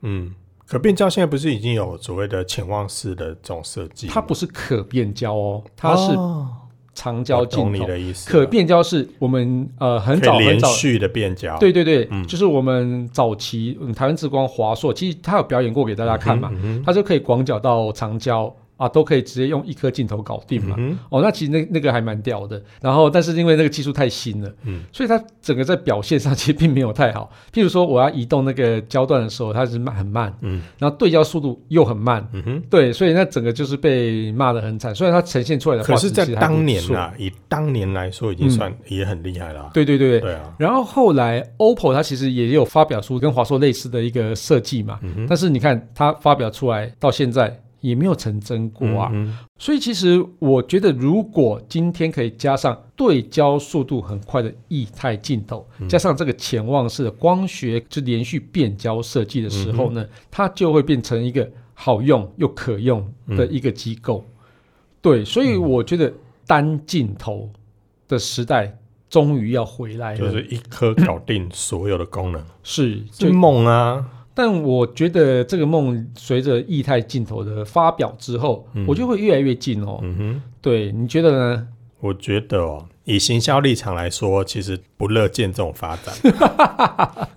S1: 嗯，可变焦现在不是已经有所谓的潜望式的这种设计吗？
S2: 它不是可变焦哦，它是
S1: 哦
S2: 长焦
S1: 我懂
S2: 镜
S1: 你
S2: 头。
S1: 的意思了，
S2: 可变焦是我们呃很
S1: 可
S2: 早
S1: 以
S2: 很
S1: 连
S2: 早
S1: 续的变焦，
S2: 对对对，
S1: 嗯
S2: 就是我们早期嗯台湾之光华硕，其实他有表演过给大家看嘛，
S1: 嗯哼
S2: 他就可以广角到长焦啊，都可以直接用一颗镜头搞定嘛。
S1: 嗯哼
S2: 哦，那其实那那个还蛮屌的，然后但是因为那个技术太新了，
S1: 嗯
S2: 所以它整个在表现上其实并没有太好。譬如说我要移动那个焦段的时候，它是慢很慢，
S1: 嗯
S2: 然后对焦速度又很慢，
S1: 嗯哼。
S2: 对，所以那整个就是被骂的很惨。虽然它呈现出来的画
S1: 可
S2: 质
S1: 是，在
S2: 其实还不
S1: 当年
S2: 错
S1: 啊，以当年来说，已经算也很厉害了啊。
S2: 对对对，
S1: 对啊，
S2: 然后后来，OPPO 它其实也有发表出跟华硕类似的一个设计嘛，
S1: 嗯哼
S2: 但是你看它发表出来到现在也没有成真过啊。
S1: 嗯哼
S2: 所以其实我觉得，如果今天可以加上对焦速度很快的液态镜头，
S1: 嗯
S2: 加上这个潜望式的光学就连续变焦设计的时候
S1: 嗯
S2: 呢，它就会变成一个好用又可用的一个机构。
S1: 嗯
S2: 对，所以我觉得单镜头的时代终于要回来了。
S1: 就是一颗搞定所有的功
S2: 嗯
S1: 能，
S2: 是，就是
S1: 梦啊！
S2: 但我觉得这个梦随着液态镜头的发表之后，
S1: 嗯
S2: 我就会越来越近哦。
S1: 嗯哼，
S2: 对，你觉得呢？ [laughs]
S1: 我觉得哦，以行销立场来说，其实不乐见这种发展。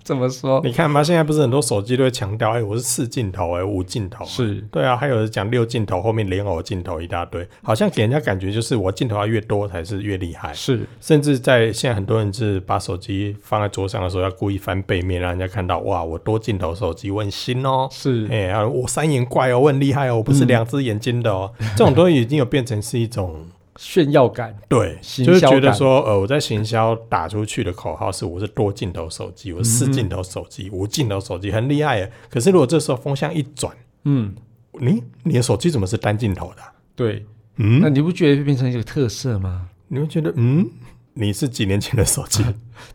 S2: 怎么说？
S1: 你看嘛，现在不是很多手机都会强调，哎、我是四镜头、哎，五镜头、
S2: 是，
S1: 对啊，还有人讲六镜头，后面莲藕镜头一大堆，好像给人家感觉就是我镜头要越多才是越厉害。
S2: 是，
S1: 甚至在现在很多人是把手机放在桌上的时候，要故意翻背面，让人家看到哇，我多镜头手机，我很新哦。
S2: 是，
S1: 哎、啊我三眼怪哦，我很厉害哦，我不是两只眼睛的哦。这种东西已经有变成是一种
S2: 炫耀感。
S1: 对，
S2: 行
S1: 就是
S2: 销
S1: 觉得
S2: 感
S1: 说，呃，我在行销打出去的口号是我是多镜头手机，我是四镜头手机、五镜头手机，很厉害耶。可是如果这时候风向一转，
S2: 嗯，
S1: 你你的手机怎么是单镜头的啊、
S2: 对。
S1: 嗯，
S2: 那你不觉得会变成一个特色吗？
S1: 你会觉得嗯，你是几年前的手机，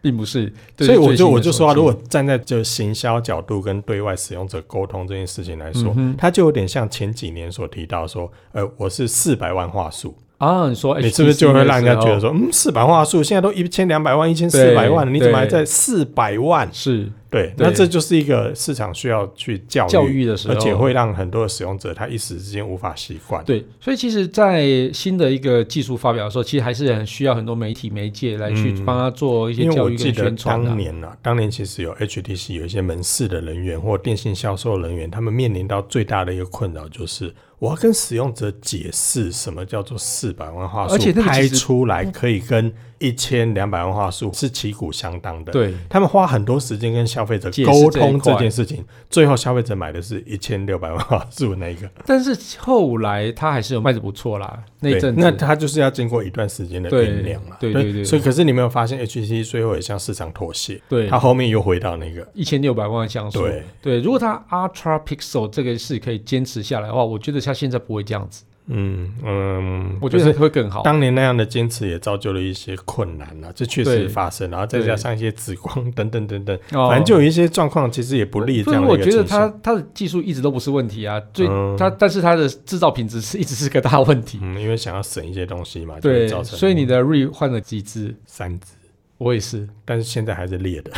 S2: 并不是，对
S1: 所以我
S2: 最
S1: 就
S2: 新的
S1: 我就说啊，
S2: 手机
S1: 如果站在就行销角度跟对外使用者沟通这件事情来说，
S2: 嗯
S1: 它就有点像前几年所提到说，呃，我是四百万画素，
S2: 啊，你说
S1: 你是不是就会
S2: HTC
S1: 让人家
S2: 那时候
S1: 觉得说，嗯，四百万画素现在都一千两百万、一千四百万，
S2: 对
S1: 你怎么还
S2: 对
S1: 在四百万？
S2: 是
S1: 对，
S2: 对
S1: 那这就是一个市场需要去教育，
S2: 教育的时候，
S1: 而且会让很多的使用者他一时之间无法习惯。
S2: 对，所以其实，在新的一个技术发表的时候，其实还是很需要很多媒体媒介来去
S1: 嗯
S2: 帮他做一些
S1: 因为
S2: 教
S1: 我
S2: 育
S1: 记得
S2: 跟宣传的、
S1: 当年啊，当年其实有 HTC 有一些门市的人员或电信销售人员，他们面临到最大的一个困扰就是，我要跟使用者解释什么叫做四百万画素，
S2: 而且那个
S1: 拍
S2: 其实
S1: 出来可以跟一千两百万画素是旗鼓相当的。，
S2: 对，
S1: 他们花很多时间跟消费者
S2: 解释
S1: 沟
S2: 这一
S1: 通这
S2: 块
S1: 件事情，最后消费者买的是一千六百万画素的那一个。
S2: 但是后来他还是有卖的不错啦，那一
S1: 对，
S2: 阵子
S1: 那它就是要经过一段时间的
S2: 对
S1: 酝酿嘛。
S2: 对对对
S1: 所以可是你没有发现 HTC 最后也向市场妥协，
S2: 对
S1: 它后面又回到那个。
S2: 一千六百万像素，
S1: 对
S2: 如果他 Ultra Pixel 这个是可以坚持下来的话，我觉得他现在不会这样子，
S1: 嗯嗯，
S2: 我觉
S1: 就
S2: 得
S1: 是
S2: 会更好。
S1: 当年那样的坚持也造就了一些困难啊，这确
S2: 对
S1: 实发生，然后再
S2: 对
S1: 加上一些紫光 [laughs] 等等等等，
S2: 哦
S1: 反正就有一些状况，其实也不利这
S2: 所以
S1: 样的
S2: 我
S1: 一个
S2: 觉得
S1: 情
S2: 他
S1: 形。
S2: 他的技术一直都不是问题啊，最
S1: 嗯
S2: 他但是他的制造品质是一直是个大问题。
S1: 嗯，因为想要省一些东西嘛，就会
S2: 对
S1: 造，成
S2: 所以你的 Re 换了几只，
S1: 三只，
S2: 我也是。
S1: 但是现在还是裂
S2: [laughs]
S1: 的，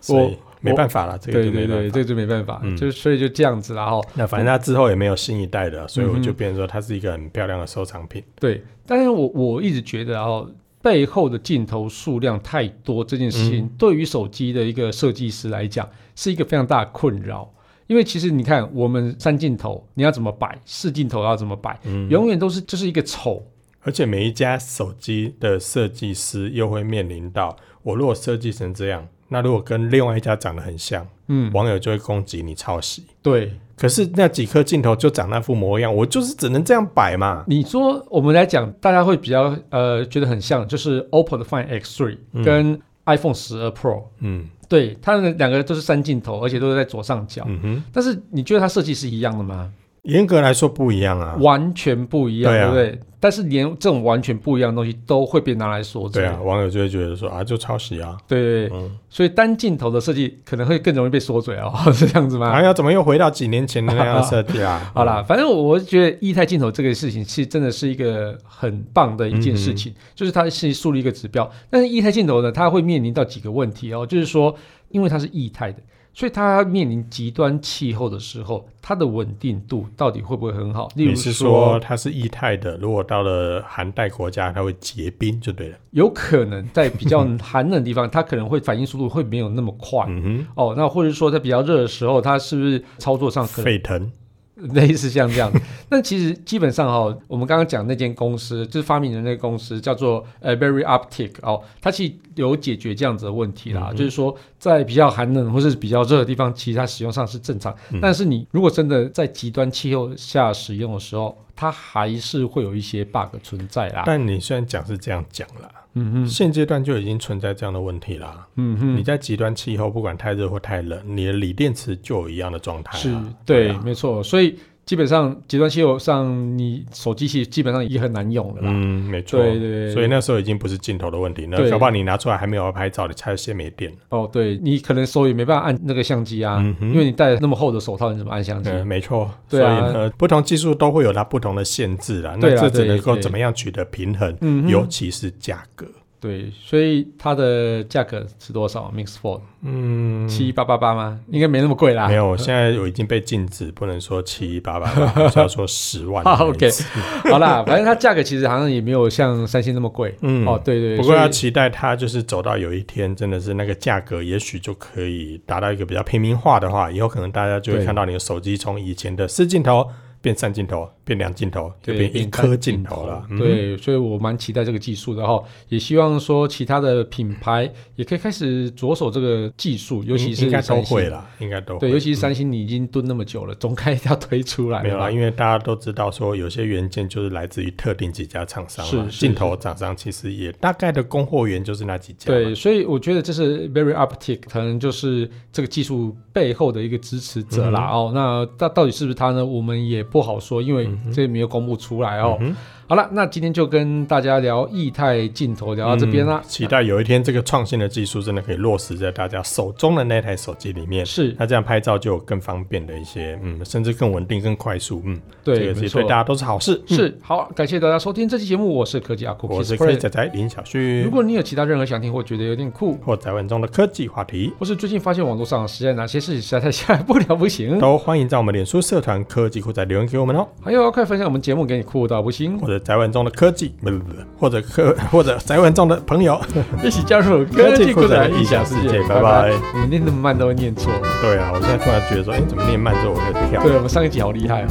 S1: 所以没办法了，这个
S2: 对
S1: 就没
S2: 对
S1: 办
S2: 对，
S1: 法。
S2: 这个就没办法，
S1: 嗯
S2: 就所以就这样子啦哈。
S1: 那反正它之后也没有新一代的，所以我
S2: 嗯
S1: 就
S2: 哼
S1: 变成说它是一个很漂亮的收藏品。
S2: 对，但是我我一直觉得哦，背后的镜头数量太多这件事情，
S1: 嗯
S2: 对于手机的一个设计师来讲，是一个非常大的困扰。因为其实你看，我们三镜头你要怎么摆，四镜头要怎么摆，
S1: 嗯
S2: 永远都是就是一个丑。
S1: 而且每一家手机的设计师又会面临到，我如果设计成这样，那如果跟另外一家长得很像，
S2: 嗯，
S1: 网友就会攻击你抄袭。
S2: 对
S1: 可是那几颗镜头就长那副模样，我就是只能这样摆嘛。
S2: 你说我们来讲，大家会比较呃觉得很像，就是 OPPO 的 Find X3
S1: 嗯
S2: 跟 iPhone 十二 Pro，、
S1: 嗯
S2: 对，它们两个都是三镜头，而且都是在左上角。
S1: 嗯哼，
S2: 但是你觉得它设计是一样的吗？
S1: 严格来说不一样啊。
S2: 完全不一样，
S1: 对
S2: 对
S1: 啊
S2: 不对？但是连这种完全不一样的东西都会被拿来说嘴。
S1: 对啊，网友就会觉得说啊，就抄袭啊。
S2: 对，
S1: 嗯，
S2: 所以单镜头的设计可能会更容易被说嘴哦，是 [laughs] 这样子吗？？
S1: 哎呀，怎么又回到几年前的那样的设计啊
S2: [laughs] 好啦，反正我我觉得液态镜头这个事情是真的是一个很棒的一件事
S1: 嗯
S2: 情，就是它是树立一个指标。但是液态镜头呢，它会面临到几个问题哦，就是说，因为它是液态的，所以它面临极端气候的时候，它的稳定度到底会不会很好？例如
S1: 你是说它是液态的，如果到了寒带国家，它会结冰就对了。
S2: 有可能在比
S1: [laughs]
S2: 较寒冷的地方，它可能会反应速度会没有那么快。
S1: 嗯
S2: 哦，那或者说在比较热的时候，它是不是操作上
S1: 哼，
S2: 可能
S1: 沸腾。
S2: [laughs] 类似像这样的。那其实基本上哈、哦，我们刚刚讲那间公司，就是发明人那个公司叫做呃 Very Optic 哦，它其实有解决这样子的问题啦，
S1: 嗯哼
S2: 就是说在比较寒冷或是比较热的地方，其实它使用上是正常，
S1: 嗯
S2: 但是你如果真的在极端气候下使用的时候，它还是会有一些 bug 存在啦。
S1: 但你虽然讲是这样讲啦，
S2: 啊嗯哼，
S1: 现阶段就已经存在这样的问题啦。
S2: 嗯哼
S1: 你。在极端气候，不管太热或太冷，你的锂电池就有一样的状态、啊。
S2: 是对，
S1: 啊
S2: 没错。所以基本上极端气候上，你手机其实基本上也很难用了啦。
S1: 嗯，没错。
S2: 对对对，
S1: 所以那时候已经不是镜头的问题，那
S2: 对
S1: 搞不好你拿出来还没有要拍照，你拆线没电了。
S2: 哦，对你可能手也没办法按那个相机啊，
S1: 嗯哼
S2: 因为你戴那么厚的手套，你怎么按相机？
S1: 嗯，没错。
S2: 对啊
S1: 所以呢，不同技术都会有它不同的限制啦。那
S2: 对啊
S1: 这只能够
S2: 对对
S1: 怎么样取得平衡，
S2: 嗯哼
S1: 尤其是价格。
S2: 对，所以它的价格是多少？Mix Four
S1: 嗯，
S2: 七八八八吗？应该没那么贵啦。
S1: 没有，现在我已经被禁止，不能说七一八八
S2: [laughs]
S1: 八，只要说十万
S2: 好
S1: 那一次。
S2: 好啦，反正它价格其实好像也没有像三星那么贵。
S1: 嗯，
S2: 哦，对对，
S1: 不过要
S2: 所以
S1: 期待它就是走到有一天，真的是那个价格，也许就可以达到一个比较平民化的话，以后可能大家就会
S2: 对
S1: 看到你的手机从以前的四镜头变三镜头，变两镜头，就
S2: 对
S1: 变一颗镜头了。嗯，
S2: 对，所以我蛮期待这个技术的哈，也希望说其他的品牌也可以开始着手这个技术，尤其
S1: 嗯应
S2: 是
S1: 应该都
S2: 三星
S1: 会啦，应该都会。
S2: 对，尤其是三星，你已经蹲那么久了，总该要推出来
S1: 没有
S2: 了吧
S1: 啦，。因为大家都知道说有些元件就是来自于特定几家厂商嘛，
S2: 是是
S1: 镜头厂商其实也大概的供货源就是那几家嘛。
S2: 对，所以我觉得这是 Very Optic 可能就是这个技术背后的一个支持者
S1: 嗯
S2: 啦。哦，那到到底是不是他呢？我们也不好说，因为这没有公布出来哦。
S1: 嗯嗯哼，
S2: 好了，那今天就跟大家聊液态镜头，聊到啊这边啦
S1: 嗯。期待有一天这个创新的技术真的可以落实在大家手中的那台手机里面。
S2: 是，
S1: 那这样拍照就有更方便的一些，嗯，甚至更稳定、更快速，嗯，这
S2: 对，
S1: 个
S2: 没
S1: 是对
S2: 错
S1: 大。家都是好事。嗯
S2: 是好，感谢大家收听这期节目，我是科技阿酷，
S1: 我是
S2: Kiss Play
S1: 科技仔仔林小旭，
S2: 如果你有其他任何想听或觉得有点酷，
S1: 或宅文中的科技话题，
S2: 或是最近发现网络上实在哪些事情实在太下 [laughs] 不了不行，
S1: 都欢迎在我们脸书社团科技酷仔留言给我们哦，
S2: 还有快分享我们节目给你酷到不行， [laughs]
S1: 或者宅文中的科技，不不不，或者科 [laughs] 或者宅文中的朋友，
S2: 一起加入科技酷的异想世界，
S1: 拜拜。
S2: 我们念那么慢都会念错，
S1: 对啊，我现在突然觉得说，哎，怎么念慢之后我就跳？
S2: 对我们上一集好厉害哦。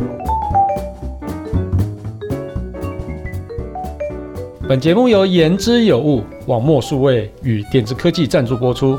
S1: 嗯。
S2: 本节目由言之有物、网墨数位与电子科技赞助播出，